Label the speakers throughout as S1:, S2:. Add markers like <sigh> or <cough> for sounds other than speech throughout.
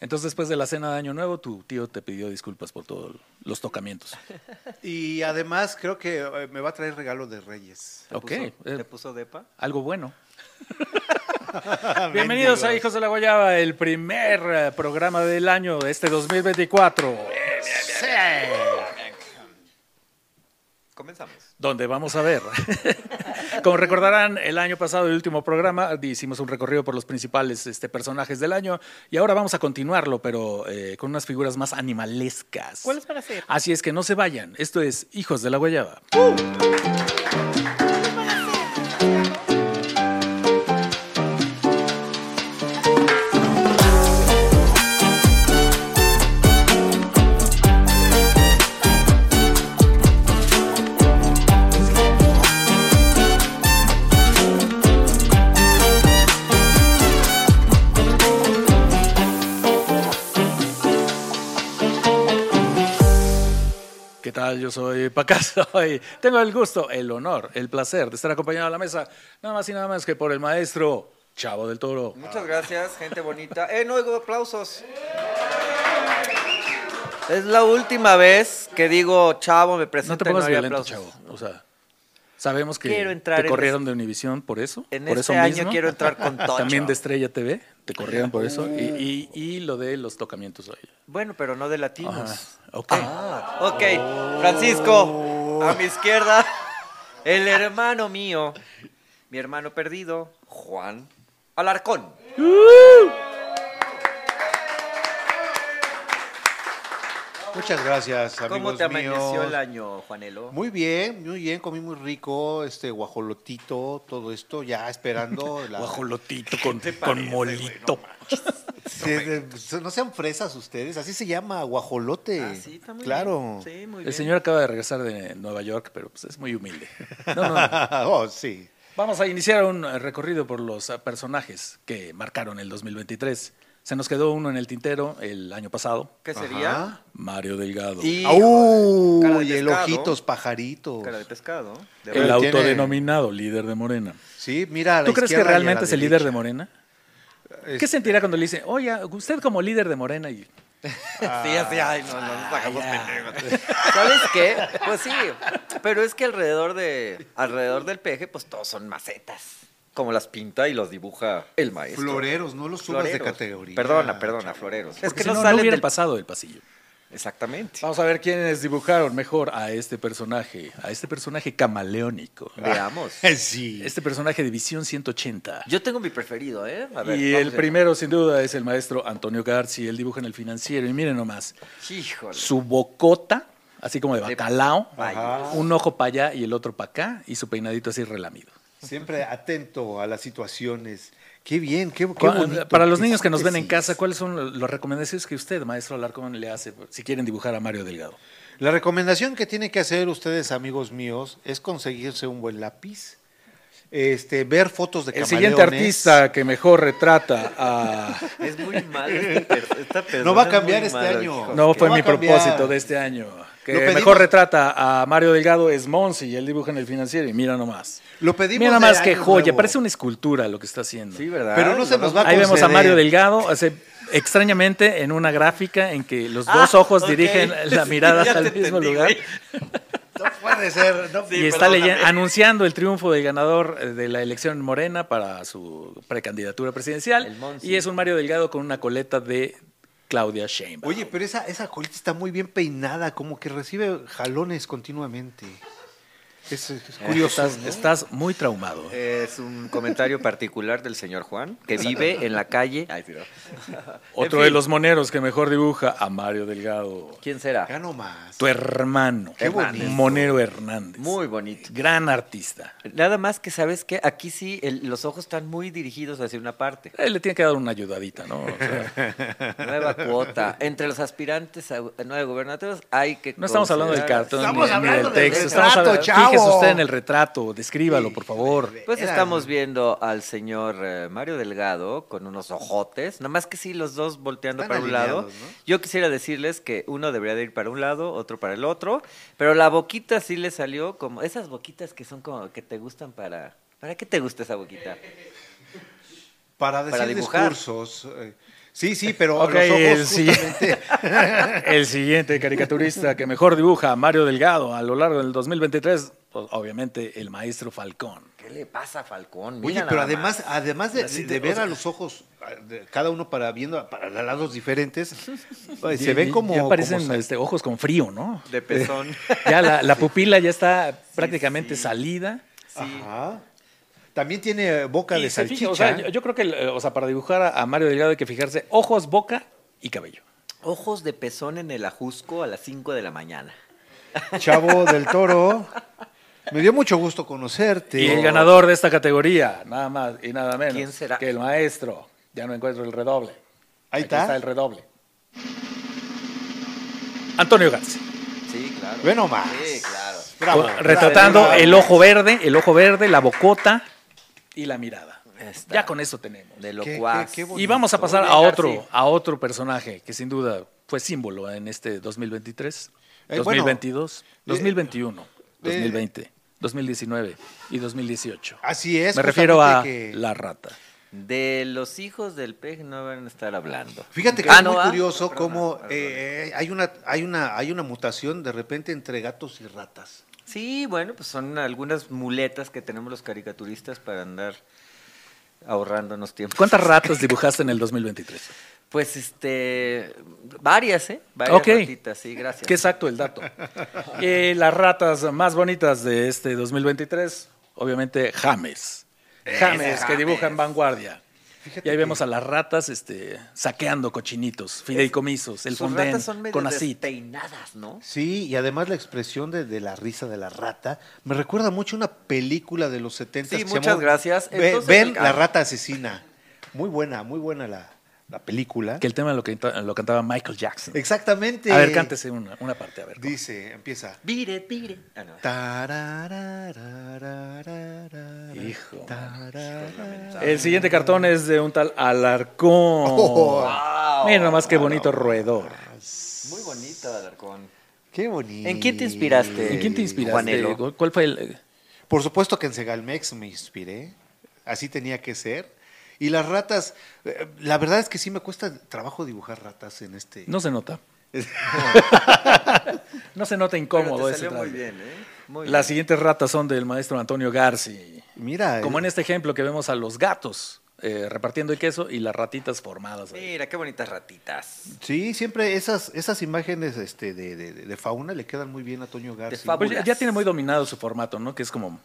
S1: Entonces, después de la cena de Año Nuevo, tu tío te pidió disculpas por todos los
S2: <laughs>
S1: tocamientos.
S3: Y además creo que eh, me va a traer regalo de Reyes.
S1: Ok.
S2: Puso-
S1: eh,
S2: ¿Te puso depa?
S1: algo bueno. Bienvenidos a
S3: Mendigos.
S1: Hijos de la Guayaba, el primer eh, programa del año de este 2024.
S2: Comenzamos.
S1: donde vamos a ver. <laughs> Como recordarán, el año pasado, el último programa, hicimos un recorrido por los principales este, personajes del año y ahora vamos a continuarlo, pero eh, con unas figuras más animalescas.
S4: ¿Cuál es para hacer?
S1: Así es que no se vayan. Esto es Hijos de la Guayaba. ¿Qué tal? Yo soy Pacaso <laughs> y tengo el gusto, el honor, el placer de estar acompañado a la mesa, nada más y nada más que por el maestro Chavo del Toro.
S2: Muchas gracias, gente bonita. ¡Eh, no oigo aplausos! Es la última vez que digo, chavo, me presento.
S1: No te pongas violento, Chavo. O sea, sabemos que
S2: Quiero entrar
S1: te
S2: en
S1: corrieron
S2: es-
S1: de Univisión por eso.
S2: en
S1: por
S2: este
S1: eso
S2: año
S1: mismo.
S2: quiero
S1: <laughs>
S2: entrar con todo,
S1: También
S2: Chavo.
S1: de Estrella TV, te corrieron por eso. Y, y- y lo de los tocamientos hoy.
S2: Bueno, pero no de
S1: Ajá,
S2: latinos.
S1: Ok.
S2: Ah, ok, Francisco, a mi izquierda, el hermano mío, mi hermano perdido, Juan Alarcón.
S3: Muchas gracias, amigos
S2: ¿Cómo te amaneció
S3: míos.
S2: el año, Juanelo?
S3: Muy bien, muy bien, comí muy rico, este guajolotito, todo esto, ya
S2: <laughs>
S3: esperando la...
S1: Guajolotito con, con molito.
S3: Sí, de- no sean fresas ustedes, así se llama, guajolote.
S2: Ah, sí, está muy
S3: Claro.
S2: bien. Sí, muy
S1: el
S2: bien.
S1: señor acaba de regresar de Nueva York, pero pues es muy humilde. No, no, no.
S2: <laughs>
S3: oh, sí.
S1: Vamos a iniciar un recorrido por los eh, personajes que marcaron el 2023. Se nos quedó uno en el tintero el año pasado,
S2: ¿Qué sería?
S3: Ajá.
S1: Mario Delgado.
S2: Y- Híjole, cara de
S3: ¡Uy! El
S2: pescado.
S3: ojitos, pajaritos.
S2: Cara de pescado. de
S1: el
S3: Pero tiene-
S1: autodenominado líder de Morena.
S3: Sí, mira. a la
S1: ¿Tú crees que
S3: izquierda y a la
S1: realmente es el líder de
S3: derecha.
S1: Morena? ¿Qué
S3: Este,
S1: sentirá cuando le dicen, oye, usted como líder de Morena? Y,
S2: Sí, así,
S3: Ah.
S2: ay, no, no nos hagamos pendejos. ¿Sabes qué? Pues <laughs> sí, pero es que alrededor, de, alrededor del peje, pues todos son macetas. Como las pinta y los dibuja el maestro.
S3: Floreros, no los subas
S2: Floreros.
S3: de categoría.
S2: Perdona, perdona, floreros. Es
S1: porque
S2: que
S1: si
S2: no, salen
S1: hubiera
S2: del...
S1: pasado del pasillo.
S3: Ah.
S2: Exactamente.
S1: Vamos a ver quiénes dibujaron mejor a este personaje, a este personaje camaleónico,
S3: <laughs>
S2: Veamos.
S3: <laughs> Sí.
S1: este personaje de Visión 180.
S2: Yo tengo mi preferido, ¿eh? A ver,
S1: y
S2: vamos
S1: el
S2: de-
S1: primero, sin duda, es el maestro Antonio Garci, él dibuja en el financiero. Y miren nomás,
S2: Híjole.
S1: su bocota, así como de bacalao,
S3: Ah.
S2: Ajá.
S1: un ojo para allá y el otro para acá, y su peinadito así relamido.
S3: Siempre atento a las situaciones. Qué bien, qué, qué
S1: Cua-
S3: bonito.
S1: Para los
S3: Qué
S1: niños que nos ven en
S3: síntesis.
S1: casa, ¿cuáles son lo- las recomendaciones que usted, maestro Alarcón, le hace si quieren dibujar a Mario Delgado?
S3: La recomendación que tienen que hacer ustedes, amigos míos, es conseguirse un buen lápiz, este, ver fotos de
S1: El siguiente
S3: camaleones.
S1: artista que mejor retrata
S3: <laughs>
S1: a...
S2: Es muy malo este per- esta persona.
S3: No va a
S2: es
S3: cambiar
S2: muy
S3: este
S2: mala,
S3: año.
S2: hijo.
S1: No
S3: que
S1: fue
S3: va a
S1: mi
S3: cambiar.
S1: propósito de este año. Que
S3: Lo pedimos-
S1: mejor retrata a Mario Delgado es Monsi, y él dibuja en el financiero y mira nomás.
S3: Lo pedimos
S1: Mira
S3: de
S1: nomás qué
S3: Año
S1: joya,
S3: Nuevo.
S1: parece una escultura lo que está haciendo.
S2: Sí, ¿verdad?
S3: Pero no se nos va a
S1: Ahí vemos a
S3: conceder.
S1: Mario Delgado, hace, extrañamente en una gráfica en que los dos
S2: Ah,
S1: ojos
S2: ok. <laughs>
S1: dirigen la mirada
S2: Ya
S1: al
S2: te
S1: mismo
S2: entendí,
S1: lugar
S2: güey.
S3: No puede ser. no-
S1: y está leyendo, anunciando el triunfo del ganador eh, de la elección en Morena para su precandidatura presidencial
S2: El Monsi.
S1: y es un Mario Delgado con una coleta de Claudia Sheinbaum.
S3: Oye, pero esa, esa colita está muy bien peinada, como que recibe jalones continuamente. Es, es curioso.
S1: Eh, estás,
S3: ¿no?
S1: estás muy traumado.
S2: Es un comentario particular del señor Juan, que vive en la calle. Ay, pero-
S1: Otro
S2: En fin.
S1: de los moneros que mejor dibuja a Mario Delgado.
S2: ¿Quién será?
S3: Ya no más.
S1: Tu hermano.
S3: Qué bonito.
S1: Monero Hernández.
S2: Muy bonito.
S1: gran artista.
S2: Nada más que sabes que aquí sí el- los ojos están muy dirigidos hacia una parte.
S1: Eh, le tiene que dar una ayudadita, ¿no? O sea,
S3: <laughs>
S2: Nueva cuota. Entre los aspirantes a a nueve gobernaturas hay que.
S1: no estamos hablando del
S2: considerar-
S1: cartón
S3: Estamos
S1: ni, ni
S3: hablando
S1: del
S3: del
S1: texto.
S3: retrato,
S1: estamos hablando,
S3: chavo.
S1: Fíjese usted en el retrato, descríbalo, por favor.
S2: Pues
S3: Era-
S2: estamos viendo al señor eh, Mario Delgado con unos ojotes, nomás que sí, los dos volteando
S3: Están
S2: para un lado.
S3: alineados, ¿no?
S2: Yo quisiera decirles que uno debería de ir para un lado, otro para el otro, pero la boquita sí le salió como esas boquitas que son como que te gustan para... ¿Para qué te gusta esa boquita?
S3: Para decir
S2: dibujar.
S3: discursos. eh, Sí, sí, pero
S1: Ok,
S3: los
S1: el,
S3: ojos
S1: si-
S3: justamente-
S1: <laughs> el siguiente caricaturista que mejor dibuja a Mario Delgado a lo largo del 2023, pues, obviamente el maestro Falcón.
S2: ¿Qué le pasa a Falcón?
S3: Oye,
S2: Mira
S3: pero
S2: nada más.
S3: además, además de,
S1: Así
S3: de
S1: te-
S3: ver
S1: o sea-
S3: a los ojos, a- de- cada uno para viendo para lados
S1: <laughs>
S3: diferentes,
S1: Y-
S3: Pues, se ven
S1: y-
S3: como.
S1: ya parecen
S3: como-
S1: este, ojos con frío, ¿no?
S2: De pezón.
S1: Ya la, la pupila ya está prácticamente
S2: sí.
S1: salida.
S2: sí.
S3: Ajá. También tiene boca
S1: Y
S3: de
S1: se
S3: salchicha.
S1: fija, o sea, yo, yo creo que eh, o sea, para dibujar a, a Mario Delgado hay que fijarse ojos, boca y cabello.
S2: <laughs> Ojos de pezón en el ajusco a las 5 de la mañana.
S1: <laughs>
S3: Chavo del Toro, me dio mucho gusto conocerte.
S1: Y el ganador de esta categoría, nada más y nada menos
S2: Este, ¿Quién será?
S1: que el maestro. Ya no encuentro el redoble. Aquí
S3: Ahí está.
S1: está el redoble. Antonio García.
S2: Sí, claro.
S3: Ve nomás.
S2: Sí, claro.
S3: Bravo.
S1: Con- retratando
S3: Bravo.
S1: el ojo verde, el ojo verde, la bocota y la mirada.
S2: Está.
S1: Ya con eso tenemos.
S2: De lo
S3: Qué-
S2: cual.
S3: qué- qué bonito.
S1: Y vamos a pasar
S2: Oye,
S1: a otro,
S2: Garci.
S1: a otro personaje que sin duda fue símbolo en este 2023,
S3: Eh,
S1: 2022, 2021,
S3: eh,
S1: 2020, 2019 y 2018.
S3: Así es.
S1: Me refiero a
S3: justamente que-
S1: la rata.
S2: De los hijos del pez no van a estar hablando.
S3: Fíjate que
S2: Ah,
S3: es
S2: ¿no,
S3: muy
S2: ah?
S3: curioso
S2: Perdona,
S3: cómo
S2: perdona.
S3: eh, hay, una, hay, una, hay una mutación de repente entre gatos y ratas.
S2: Sí, bueno, pues son algunas muletas que tenemos los caricaturistas para andar ahorrándonos tiempo.
S1: ¿Cuántas ratas dibujaste en el 2023?
S2: Pues este, varias, ¿eh? Varias
S1: Ok.
S2: ratitas, sí, gracias.
S1: Qué exacto el dato. Eh, las ratas más bonitas de este 2023, obviamente James. James, que dibuja en vanguardia. y ahí vemos a las ratas este, saqueando cochinitos, fideicomisos, el
S2: Sus
S1: fondén,
S2: ratas son medio
S1: con
S2: despeinadas, ¿no?
S3: Sí, y además la expresión de, de la risa de la rata me recuerda mucho a una película de los 70
S2: Sí,
S3: que
S2: muchas
S3: se llamó
S2: gracias.
S3: Ve-
S2: Entonces,
S3: Ven,
S2: el- ah.
S3: la rata asesina. Muy buena, muy buena la, la película.
S1: Que el tema lo, que, lo cantaba Michael Jackson.
S3: Exactamente.
S1: A ver, cántese una, una parte, a ver.
S3: Dice, empieza.
S2: Pire, pire. Ah, no.
S3: Tarararararara,
S1: Hijo.
S3: tararara.
S1: El siguiente cartón es de un tal Alarcón.
S3: Oh.
S1: Mira nomás qué bonito roedor.
S2: Muy bonito, Alarcón.
S3: Qué bonito.
S2: ¿En quién te inspiraste?
S1: ¿En quién te inspiraste?
S2: este, Juanelo.
S1: ¿Cuál fue el...? eh,
S3: Por supuesto que en Segalmex me inspiré, así tenía que ser. Y las ratas, eh, la verdad es que sí me cuesta trabajo dibujar ratas en este.
S1: No se nota. no se nota incómodo
S2: Pero te
S1: ese
S2: salió muy
S1: traje.
S2: bien, ¿eh? Muy
S1: Las
S2: bien.
S1: siguientes ratas son del maestro Antonio Garci.
S3: <laughs> Mira,
S1: Como en
S3: eh,
S1: este ejemplo que vemos a los gatos eh, repartiendo el queso y las ratitas formadas. ahí.
S2: Mira, qué bonitas ratitas.
S3: sí, siempre esas, esas imágenes este, de, de- de fauna le quedan muy bien a Toño García.
S2: fauna.
S1: Pues ya, ya tiene muy dominado su formato, ¿no? Que es como, como,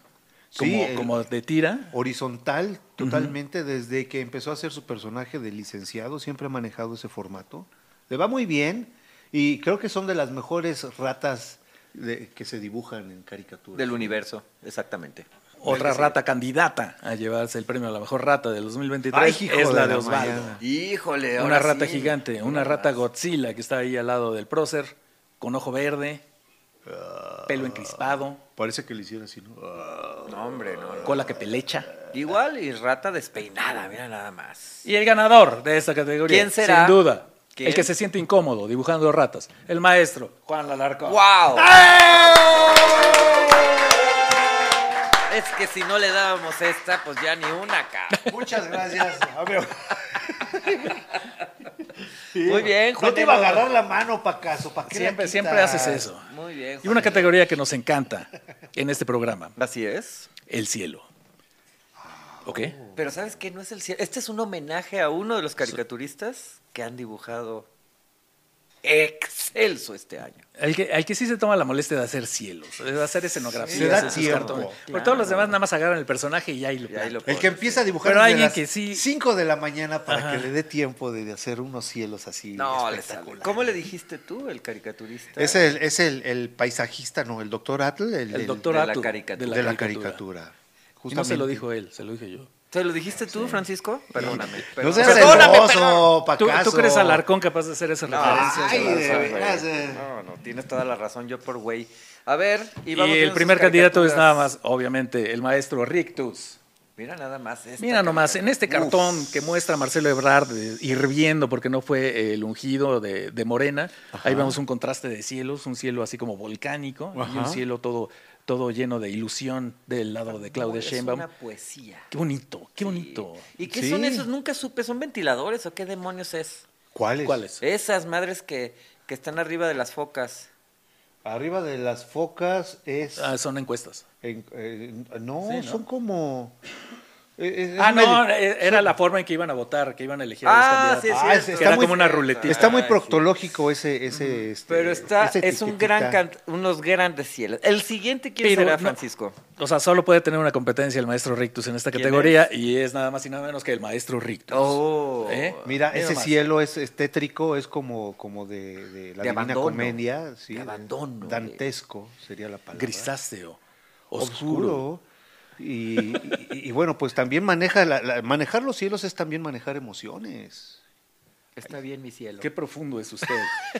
S3: Sí, el-
S1: como de tira.
S3: Horizontal, totalmente, desde que empezó a hacer su personaje de licenciado, siempre ha manejado ese formato. Le va muy bien y creo que son de las mejores ratas de- que se dibujan en caricatura.
S2: Del universo, exactamente.
S1: Otra
S3: sí.
S1: rata candidata a llevarse el premio a la mejor rata del 2023
S3: Ay, hijo
S1: es
S3: de
S1: la de,
S3: la
S1: Osvaldo.
S3: mañana.
S2: Híjole,
S1: Una
S2: ahora
S1: rata
S2: sí.
S1: gigante, una rata Godzilla que está ahí al lado del prócer, con ojo verde, pelo encrispado,
S3: Parece que le hicieron así, ¿no? Ah.
S2: No, hombre, no, no.
S1: cola que pelecha.
S2: Igual y rata despeinada, mira nada más.
S1: Y el ganador de esta categoría,
S2: ¿Quién será?
S1: sin duda,
S2: ¿Quién?
S1: el que se siente incómodo dibujando ratas, el maestro Juan Lalarco.
S2: ¡Wow! Es que si no le dábamos esta, pues ya ni una cara.
S3: Muchas gracias. amigo.
S2: Muy bien, Juan.
S3: No te iba a agarrar la mano, Pacaso. ¿Para qué la
S1: Siempre,
S3: quitas?
S1: siempre haces eso.
S2: Muy bien.
S1: Y una
S2: Juanelo.
S1: categoría que nos encanta en este programa,
S2: Así es.
S1: el cielo. ¿Ok?
S2: Pero ¿sabes qué? No es el cielo. Este es un homenaje a uno de los caricaturistas que han dibujado excelso este año.
S1: Al que, al que sí se toma la molestia de hacer cielos, de hacer escenografías,
S3: Sí, le da
S1: esos
S3: tiempo,
S1: cartones. Porque
S2: claro.
S1: todos los demás nada más agarran el personaje y ahí lo,
S2: Y ahí lo
S1: plantan.
S3: El que empieza a dibujar
S1: Pero
S3: desde
S1: alguien
S3: las
S1: que sí-
S3: 5 de la mañana para que le dé tiempo de hacer unos cielos así
S2: No, le sale.
S3: espectaculares.
S2: ¿Cómo le dijiste tú, el caricaturista?
S3: Es el, es el, el paisajista, ¿no? El doctor Atl. El,
S1: El
S3: el-
S1: doctor
S2: de la
S1: Atwood,
S2: caricatura.
S3: de la, caricatura.
S1: Y no se lo
S3: Justamente.
S1: dijo él, se lo dije yo.
S2: ¿Te lo dijiste tú, Francisco? Perdóname.
S3: No
S2: perdóname.
S3: seas
S2: Perdóname,
S3: celoso,
S1: ¿Tú,
S3: Pacaso.
S1: ¿Tú crees al arcón capaz de hacer esa
S2: No,
S1: referencia?
S3: Ay,
S2: no,
S3: de
S2: no,
S3: veras,
S2: güey.
S3: eh.
S2: No, no, tienes toda la razón, yo por güey. A ver, y
S1: Y,
S2: vamos viendo
S1: el
S2: sus
S1: primer candidato es
S2: caricaturas.
S1: nada más, obviamente, el maestro Rictus.
S2: Mira nada más. esta
S1: Mira nomás,
S2: caricatura.
S1: en este
S2: Uf.
S1: cartón que muestra a Marcelo Ebrard eh, hirviendo porque no fue eh, el ungido de, de Morena, ahí vemos un contraste de cielos, un cielo así como volcánico y un
S3: Ajá.
S1: cielo todo, todo lleno de ilusión del lado de Claudia
S2: es
S1: Sheinbaum.
S2: una poesía.
S1: Qué bonito, qué
S2: Sí.
S1: bonito.
S2: ¿Y qué
S3: Sí.
S2: son esos? Nunca supe, ¿son ventiladores o qué demonios es?
S3: ¿Cuáles?
S1: ¿Cuáles?
S2: Esas madres que, que están arriba de las focas.
S3: Arriba de las focas es.
S1: Ah, son encuestas.
S3: en- eh, no,
S1: Sí, ¿no?
S3: son como. eh, eh,
S1: Ah,
S3: es
S1: no,
S3: medio-
S1: eh, era la forma en que iban a votar, que iban a elegir a
S2: Ah,
S1: los
S2: sí,
S1: candidatos.
S2: sí.
S3: Ah,
S2: es
S3: es-
S2: cierto.
S1: Era como una ruletita.
S3: Está muy
S2: Ay, sí.
S3: proctológico ese. ese este,
S2: Pero está,
S3: esa
S2: es un
S3: etiquetita.
S2: gran, can- unos grandes cielos. El siguiente, ¿quién
S1: Pero
S2: será,
S1: no-
S2: Francisco?
S1: O sea, solo puede tener una competencia el maestro Rictus en esta
S2: ¿Quién
S1: categoría y es nada más y nada menos que el maestro Rictus.
S2: Oh.
S1: ¿Eh?
S3: Mira,
S1: Mira
S3: ese
S1: más.
S3: cielo es, es tétrico, es como, como de, de la
S2: De
S3: Divina
S2: abandono.
S3: Comedia. sí,
S2: De abandono.
S3: Dantesco sería la palabra.
S1: Grisáceo, oscuro.
S3: Oscuro. Y, y- y bueno, pues también maneja. la- la- manejar los cielos es también manejar emociones.
S2: Está bien, mi cielo.
S1: Qué profundo es
S2: <laughs>
S1: usted.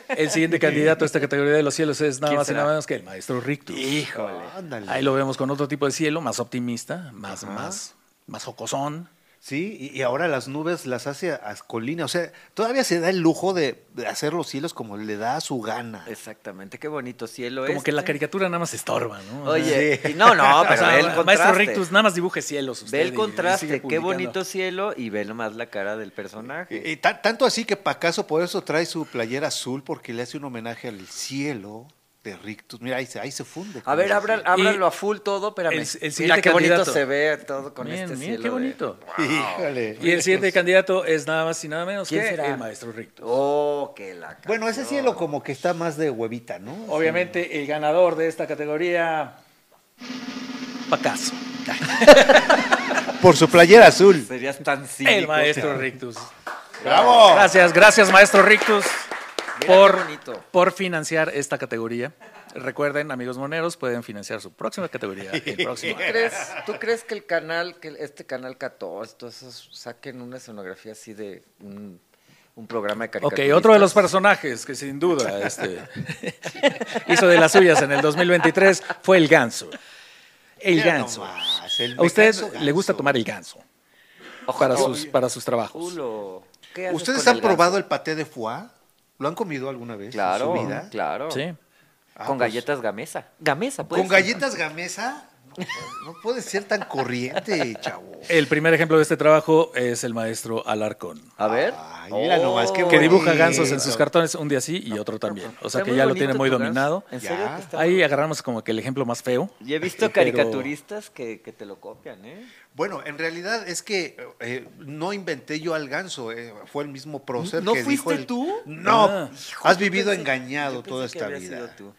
S1: El siguiente candidato a esta categoría de los cielos es nada
S2: ¿Quién
S1: más y
S2: será?
S1: nada menos que el maestro Rictus.
S2: Híjole.
S3: Ándale.
S1: Ahí lo vemos con otro tipo de cielo, más optimista, más, más, más jocosón.
S3: Sí, y, y ahora las nubes las hace a, a colina. O sea, todavía se da el lujo de, de hacer los cielos como le da a su gana.
S2: Exactamente, qué bonito cielo es.
S1: Como que la caricatura nada más estorba, ¿no? O sea,
S2: Oye, y no,
S1: <laughs>
S2: no,
S1: o
S2: pero
S1: sea,
S2: ve el
S1: maestro
S2: contraste.
S1: Rictus, nada más dibuje cielos. usted
S2: ve
S1: y-
S2: el
S1: y
S2: contraste,
S1: sigue
S2: qué
S1: publicando.
S2: bonito cielo y ve nomás la cara del personaje.
S3: Y- y Eh, ta- tanto así que Pacaso por eso trae su playera azul porque le hace un homenaje al cielo de Rictus. Mira, ahí se, ahí se funde.
S2: A ver, abra-
S3: abran.
S2: ábralo a full todo, espérame.
S1: el- el siguiente
S2: mira qué bonito
S1: candidato.
S2: se ve todo con
S1: Miren,
S2: este
S1: miren,
S2: cielo.
S1: qué
S2: de-
S1: bonito.
S3: Híjole.
S1: Y el siguiente candidato es nada más y nada menos
S2: ¿Quién
S1: que
S2: será?
S1: el maestro Rictus.
S2: Oh, qué la
S3: Bueno, ese
S2: canción.
S3: cielo como que está más de huevita, ¿no?
S1: Obviamente, el ganador de esta categoría. Pacaso.
S3: Por su playera azul.
S2: Serías tan cínico.
S1: El maestro Rictus.
S3: ¡Bravo!
S1: Gracias, gracias, maestro Rictus,
S2: Mira
S1: por,
S2: qué bonito.
S1: por financiar esta categoría. Recuerden, amigos moneros, pueden financiar su próxima categoría el próximo
S2: ¿Tú
S1: año.
S2: crees, tú crees que el canal, que este canal 14, todos esos, saquen una escenografía así de un, un programa de
S1: Ok,
S2: caricaturas?
S1: otro de los personajes que sin duda este, <laughs> hizo de las suyas en el 2023 fue el ganso. El
S3: Mira
S1: ganso.
S3: nomás, el
S1: A usted
S3: ganso,
S1: le gusta
S3: ganso.
S1: tomar el ganso para
S2: Ojo,
S1: sus, para sus trabajos.
S2: culo. ¿Qué haces
S3: ¿Ustedes
S2: con
S3: han
S2: el
S3: probado
S2: ganso?
S3: el paté de foie? ¿Lo han comido alguna vez
S2: Claro,
S3: en su vida?
S2: claro.
S1: Sí.
S3: Ah,
S2: con
S3: pues,
S2: galletas gamesa. Gamesa, pues.
S3: ¿Con galletas gamesa? No, no puede ser tan corriente, chavo.
S1: El primer ejemplo de este trabajo es el maestro Alarcón.
S2: A ver.
S3: Ay, mira nomás, qué
S1: Que
S3: bonito.
S1: dibuja gansos en sus
S3: Eso.
S1: cartones un día sí y otro también. O sea
S2: Está
S1: que
S2: muy
S1: ya lo
S2: bonito
S1: tiene muy
S2: tu ganso.
S1: dominado.
S2: ¿En serio?
S3: Ya.
S2: que está
S1: Ahí agarramos como que el ejemplo más feo.
S2: Y
S3: <laughs>
S2: he visto
S1: Pero-
S2: caricaturistas que, que te lo copian, ¿eh?
S3: Bueno, en realidad es que eh, no inventé yo al ganso, eh, fue el mismo prócer
S2: ¿No
S3: que dijo
S2: fuiste
S3: el-
S2: tú?
S3: No,
S1: Ah.
S3: has
S2: Yo
S3: vivido
S2: pensé-
S3: engañado
S2: yo pensé
S3: toda
S2: que
S3: esta
S2: había sido
S3: vida.
S2: tú.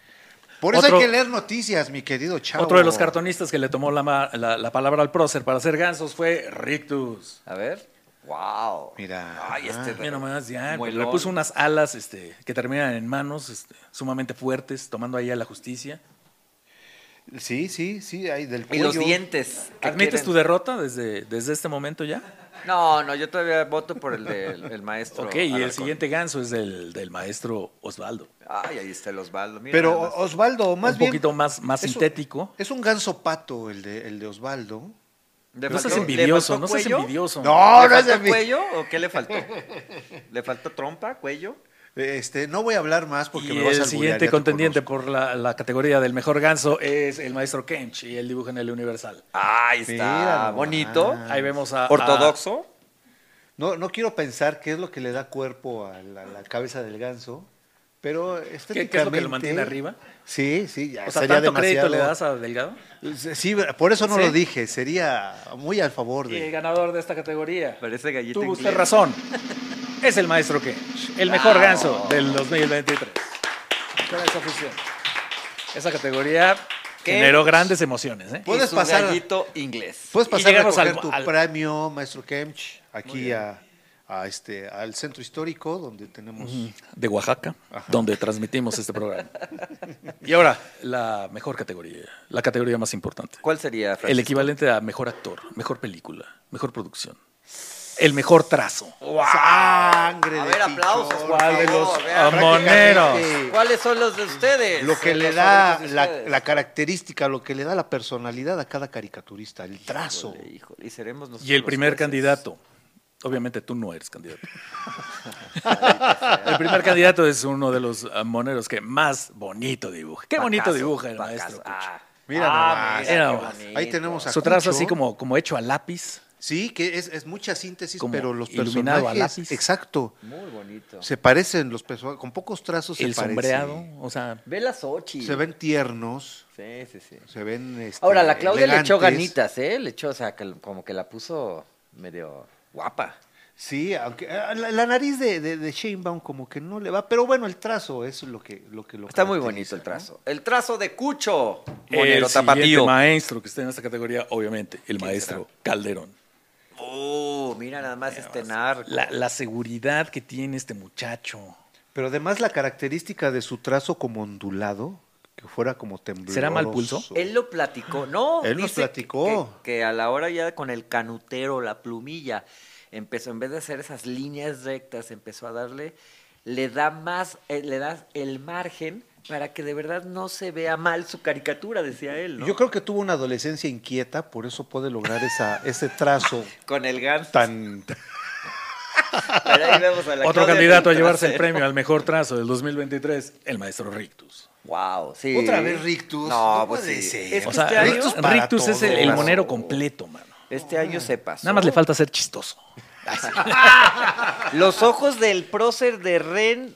S3: Por eso
S1: Otro-
S3: hay que leer noticias, mi querido chavo.
S1: Otro de los cartonistas que le tomó la, ma- la- la palabra al prócer para hacer gansos fue Rictus.
S2: A ver. Wow.
S3: Mira.
S2: Ay, este.
S1: Mira nomás, ya.
S2: Muelón.
S1: Le puso unas alas este, que terminan en manos este, sumamente fuertes, tomando ahí a la justicia.
S3: Sí, sí, sí, hay del
S2: Y los
S3: cuello.
S2: dientes. que
S1: ¿Admites
S2: quieren-
S1: tu derrota desde, desde este momento ya?
S2: No, no, yo todavía voto por el del el maestro.
S1: Ok, y el
S2: Alarcón.
S1: siguiente ganso es del, del maestro Osvaldo.
S2: Ay, ahí está el Osvaldo. mira
S3: Pero
S2: nada más.
S3: Osvaldo, más
S1: un
S3: bien.
S1: poquito más, más
S3: es un-
S1: sintético.
S3: Es un ganso pato el de, el de Osvaldo.
S2: ¿Le
S1: No seas
S2: faltó- le
S1: envidioso,
S2: faltó
S1: no seas
S2: cuello?
S1: envidioso.
S3: No,
S2: ¿Le
S3: no es de
S2: faltó
S3: mí.
S2: cuello o qué le faltó? ¿Le faltó trompa, cuello?
S3: Este, no voy a hablar más porque
S1: y
S3: me vas a
S1: el
S3: alburear, ya
S1: siguiente
S3: te
S1: contendiente
S3: conozco.
S1: por la, la categoría del mejor ganso es el maestro Kench y el dibujo en el Universal.
S2: Ahí está,
S3: Mira nomás.
S2: bonito.
S1: Ahí vemos a... a-
S2: Ortodoxo.
S3: No, no quiero pensar qué es lo que le da cuerpo a la, la cabeza del ganso, pero estéticamente...
S1: qué es lo que lo mantiene arriba?
S3: Sí, sí, ya
S1: o sea,
S3: sería
S1: ¿tanto
S3: demasiado...
S1: crédito le das a Delgado?
S3: Sí, por eso no
S1: ¿Sí?
S3: lo dije, sería muy al favor
S1: Y el
S3: de...
S1: ganador de esta categoría.
S2: Parece galleta
S1: Tuvo usted
S2: inglesa.
S1: razón. Es el maestro Kench, el mejor
S2: Wow.
S1: ganso del 2023. Para esa fusión. Esa categoría
S2: Kench.
S1: generó grandes emociones. ¿eh?
S2: Y
S3: Puedes
S2: su
S3: pasar-
S2: gallito inglés.
S3: Puedes
S1: Y
S3: pasar a
S1: llegamos
S3: recoger
S1: al-
S3: tu
S1: al-
S3: premio, maestro Kemch, aquí a, a este, al centro histórico donde tenemos...
S1: de Oaxaca, donde transmitimos este programa. <laughs> y ahora, la mejor categoría, la categoría más importante.
S2: ¿Cuál sería,
S1: El
S2: Francisco?
S1: equivalente a mejor actor, mejor película, mejor producción. El mejor trazo.
S3: ¡Sangre
S2: A
S3: de
S2: ver, aplausos,
S3: pichón!
S2: por
S1: ¿Cuál de
S2: favor,
S1: los
S2: vean.
S1: amoneros?
S3: Prácticamente-
S2: ¿Cuáles son los de ustedes?
S3: Lo que
S2: Los
S3: le da
S2: favoritos de
S3: la,
S2: ustedes.
S3: la característica, lo que le da la personalidad a cada caricaturista, el trazo.
S2: Híjole, híjole, y seremos nosotros
S1: Y el
S2: los
S1: primer
S2: jueces.
S1: candidato. Obviamente tú no eres candidato. el primer candidato es uno de los ah, moneros que más bonito dibuja. Qué bonito
S2: Pacaso,
S1: dibuja el
S2: Pacaso.
S1: maestro.
S2: Ah,
S3: Mira
S2: ah,
S3: nomás.
S1: Mira
S2: qué
S1: nomás.
S2: bonito.
S3: Ahí tenemos a
S1: Su trazo
S3: Cucho.
S1: así como, como hecho a lápiz.
S3: Sí, que es, es mucha síntesis,
S1: Como
S3: pero los
S1: iluminado a
S3: personajes.
S1: lápiz.
S3: Exacto.
S2: Muy bonito.
S3: Se parecen los personajes, con pocos trazos
S1: El
S3: se parecen.
S1: sombreado, o sea,
S2: Ve las ochi.
S3: Se ven tiernos,
S2: Sí, sí, sí.
S3: se ven. este,
S2: Ahora, la Claudia le echó
S3: elegantes.
S2: ganitas, ¿eh? Le echó, o sea, que- como que la puso medio guapa.
S3: Sí, aunque ah, la, la nariz de, de, de Sheinbaum como que no le va, pero bueno, el trazo es lo que lo que lo
S2: Está muy bonito
S3: caracteriza,
S2: el
S3: ¿no?
S2: trazo. El trazo de Cucho.
S1: el
S2: Monero
S1: siguiente
S2: Tapatío.
S1: maestro que esté en esta categoría, obviamente, el maestro Calderón.
S2: Uh, mira nada más este narco.
S1: La, la seguridad que tiene este muchacho.
S3: Pero además la característica de su trazo como ondulado, que fuera como tembloroso.
S1: ¿Será mal pulso?
S2: Él lo platicó, no.
S3: Él nos
S2: dice
S3: platicó.
S2: Que, que a la hora ya con el canutero, la plumilla, empezó, en vez de hacer esas líneas rectas, empezó a darle, le da más, eh, le das el margen para que de verdad no se vea mal su caricatura, decía él, ¿no?
S3: Yo creo que tuvo una adolescencia inquieta, por eso puede lograr esa, ese trazo
S2: Con el ganso.
S3: tan...
S2: <laughs> Pero ahí vemos a la
S1: Otro
S2: Claudia ¿eh?
S1: candidato a
S2: del
S1: llevarse el
S2: trasero.
S1: premio al mejor trazo del 2023, el maestro Rictus.
S2: Wow, sí.
S3: Otra vez Rictus,
S2: No,
S3: no
S2: pues
S3: puede
S2: sí.
S3: ser.
S2: Es que
S1: O sea,
S2: este año,
S1: Rictus,
S3: para
S1: Rictus es el,
S3: todo.
S1: el monero completo, mano.
S2: este año se pasó.
S1: Nada más le falta ser chistoso.
S2: Los ojos del prócer de Ren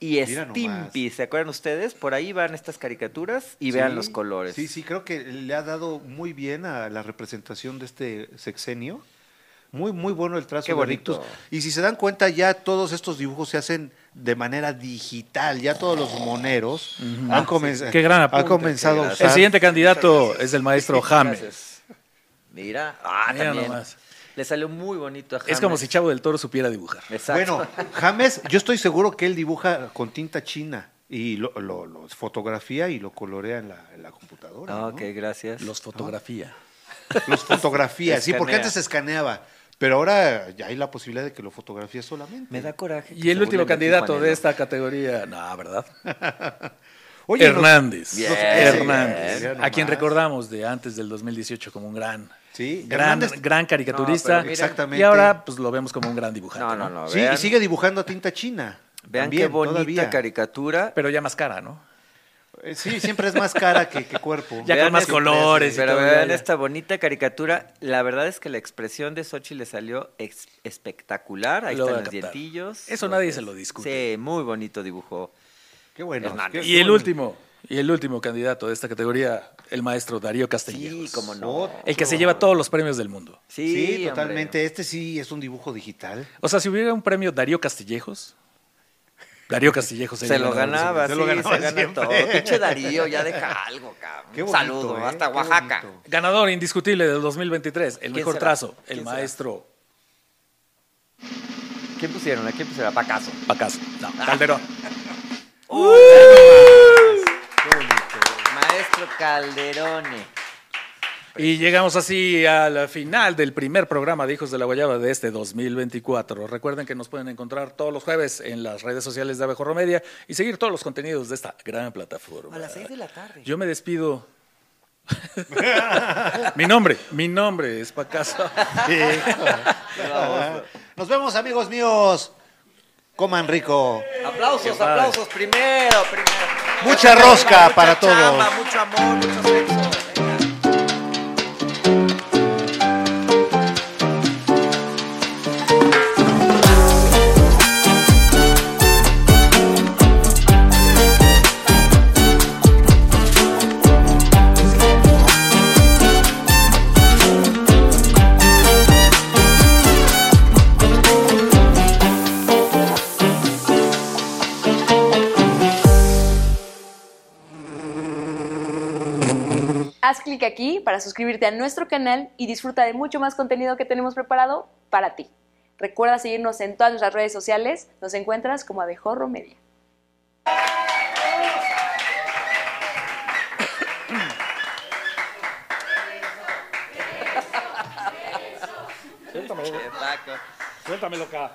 S2: y
S3: Mira nomás.
S2: Stimpy. ¿Se acuerdan ustedes? Por ahí van estas caricaturas y vean los colores.
S3: Sí, sí, creo que le ha dado muy bien a la representación de este sexenio. Muy, muy bueno el trazo
S2: Qué
S3: de Rictus.
S2: bonito.
S3: Y si se dan cuenta, ya todos estos dibujos se hacen de manera digital. Ya todos los moneros han,
S2: Ah,
S3: comenz-
S1: Qué gran
S3: han
S1: apunte.
S3: Pues, comenzado a
S2: Qué gran-
S3: usar.
S1: El siguiente candidato es el
S2: <laughs>
S1: maestro James.
S2: Gracias. Mira. Ah,
S1: Mira
S2: también.
S1: nomás.
S2: Le salió muy bonito a James.
S1: Es como si Chavo del Toro supiera dibujar.
S2: Exacto.
S3: Bueno, James, yo estoy seguro que él dibuja con tinta china y lo, lo- lo fotografía y lo colorea en la, en la computadora.
S2: Ah,
S3: ¿no?
S2: <laughs> ok, gracias.
S1: Los fotografía.
S3: Los fotografía, sí, porque
S2: Escanea.
S3: antes se escaneaba, pero ahora ya hay la posibilidad de que lo fotografíes solamente.
S2: Me da coraje. que
S1: Y el
S2: se
S1: último
S2: burlen de
S1: candidato de
S2: Tijuanelo.
S1: esta categoría, no, ¿verdad?
S3: Oye, nos-
S1: Hernández.
S2: Bien.
S1: Hernández.
S3: Bien,
S1: A quien
S3: nomás.
S1: recordamos de antes del 2018 como un gran,
S3: Sí,
S1: gran,
S3: Hernández-
S1: gran
S2: No,
S1: caricaturista.
S2: pero mira.
S3: Exactamente.
S1: y ahora pues lo vemos como un gran dibujante.
S2: No, no, no.
S3: Sí,
S2: vean,
S3: y sigue dibujando a tinta china.
S2: vean qué
S3: También,
S2: bonita
S3: todavía.
S2: caricatura.
S1: Pero ya más cara, ¿no?
S3: Eh, Sí, siempre es más cara que, que cuerpo.
S1: Ya
S2: Vean
S1: con más
S2: este-
S1: colores y
S2: Pero
S1: todo,
S2: vean
S1: ya, ya.
S2: esta bonita caricatura. La verdad es que la expresión de Sochi le salió ex- espectacular. Ahí
S1: Lo voy
S2: están
S1: a
S2: los
S1: captar.
S2: dientillos.
S1: Eso
S2: Los
S1: nadie
S2: dientes.
S1: se lo discute.
S2: Sí, muy bonito dibujo.
S3: Qué bueno.
S2: Hernández.
S3: qué-
S1: Y el
S3: qué
S1: último, y el último candidato de esta categoría, el maestro Darío Castellanos.
S2: Sí, como
S3: bueno.
S2: no.
S3: Otro.
S1: El que se lleva todos los premios del mundo.
S2: Sí,
S3: Sí,
S2: hombre.
S3: totalmente. Este sí es un dibujo digital.
S1: O sea, si hubiera un premio Darío Castillejos, Darío Castillejos
S2: Se lo ganaba,
S3: Se
S2: se
S3: lo
S2: lo
S3: ganaba
S2: se gana
S3: siempre.
S2: todo. Pinche Darío, ya deja algo, cabrón.
S3: Qué
S2: Un
S3: bonito,
S2: Saludo,
S3: ¿eh?
S2: hasta
S3: Qué
S2: Oaxaca.
S3: bonito.
S1: Ganador indiscutible del 2023, el
S2: ¿Quién
S1: mejor
S2: será?
S1: trazo, el
S2: ¿Quién será?
S1: maestro
S2: ¿Quién pusieron? ¿A quién pusieron? A Pacaso.
S1: Pacaso. No, Calderón.
S2: Ah. Uh. Maestro Calderone.
S1: Y llegamos así a la final del primer programa de Hijos de la Guayaba de este 2024. Recuerden que nos pueden encontrar todos los jueves en las redes sociales de Abejorro Media y seguir todos los contenidos de esta gran plataforma.
S2: A las 6 de la tarde.
S1: Yo me despido. <laughs> mi nombre, mi nombre es Pacaso.
S3: <laughs> Nos vemos, amigos míos. Coman rico.
S2: Aplausos,
S1: padre.
S2: aplausos. Primero, primero.
S3: Mucha rosca para todos.
S2: chamba, mucho amor, mucho sexo. Venga.
S4: Haz clic aquí para suscribirte a nuestro canal y disfruta de mucho más contenido que tenemos preparado para ti. Recuerda seguirnos en todas nuestras redes sociales, nos encuentras como Abejorro Media.
S1: Suéltamelo acá.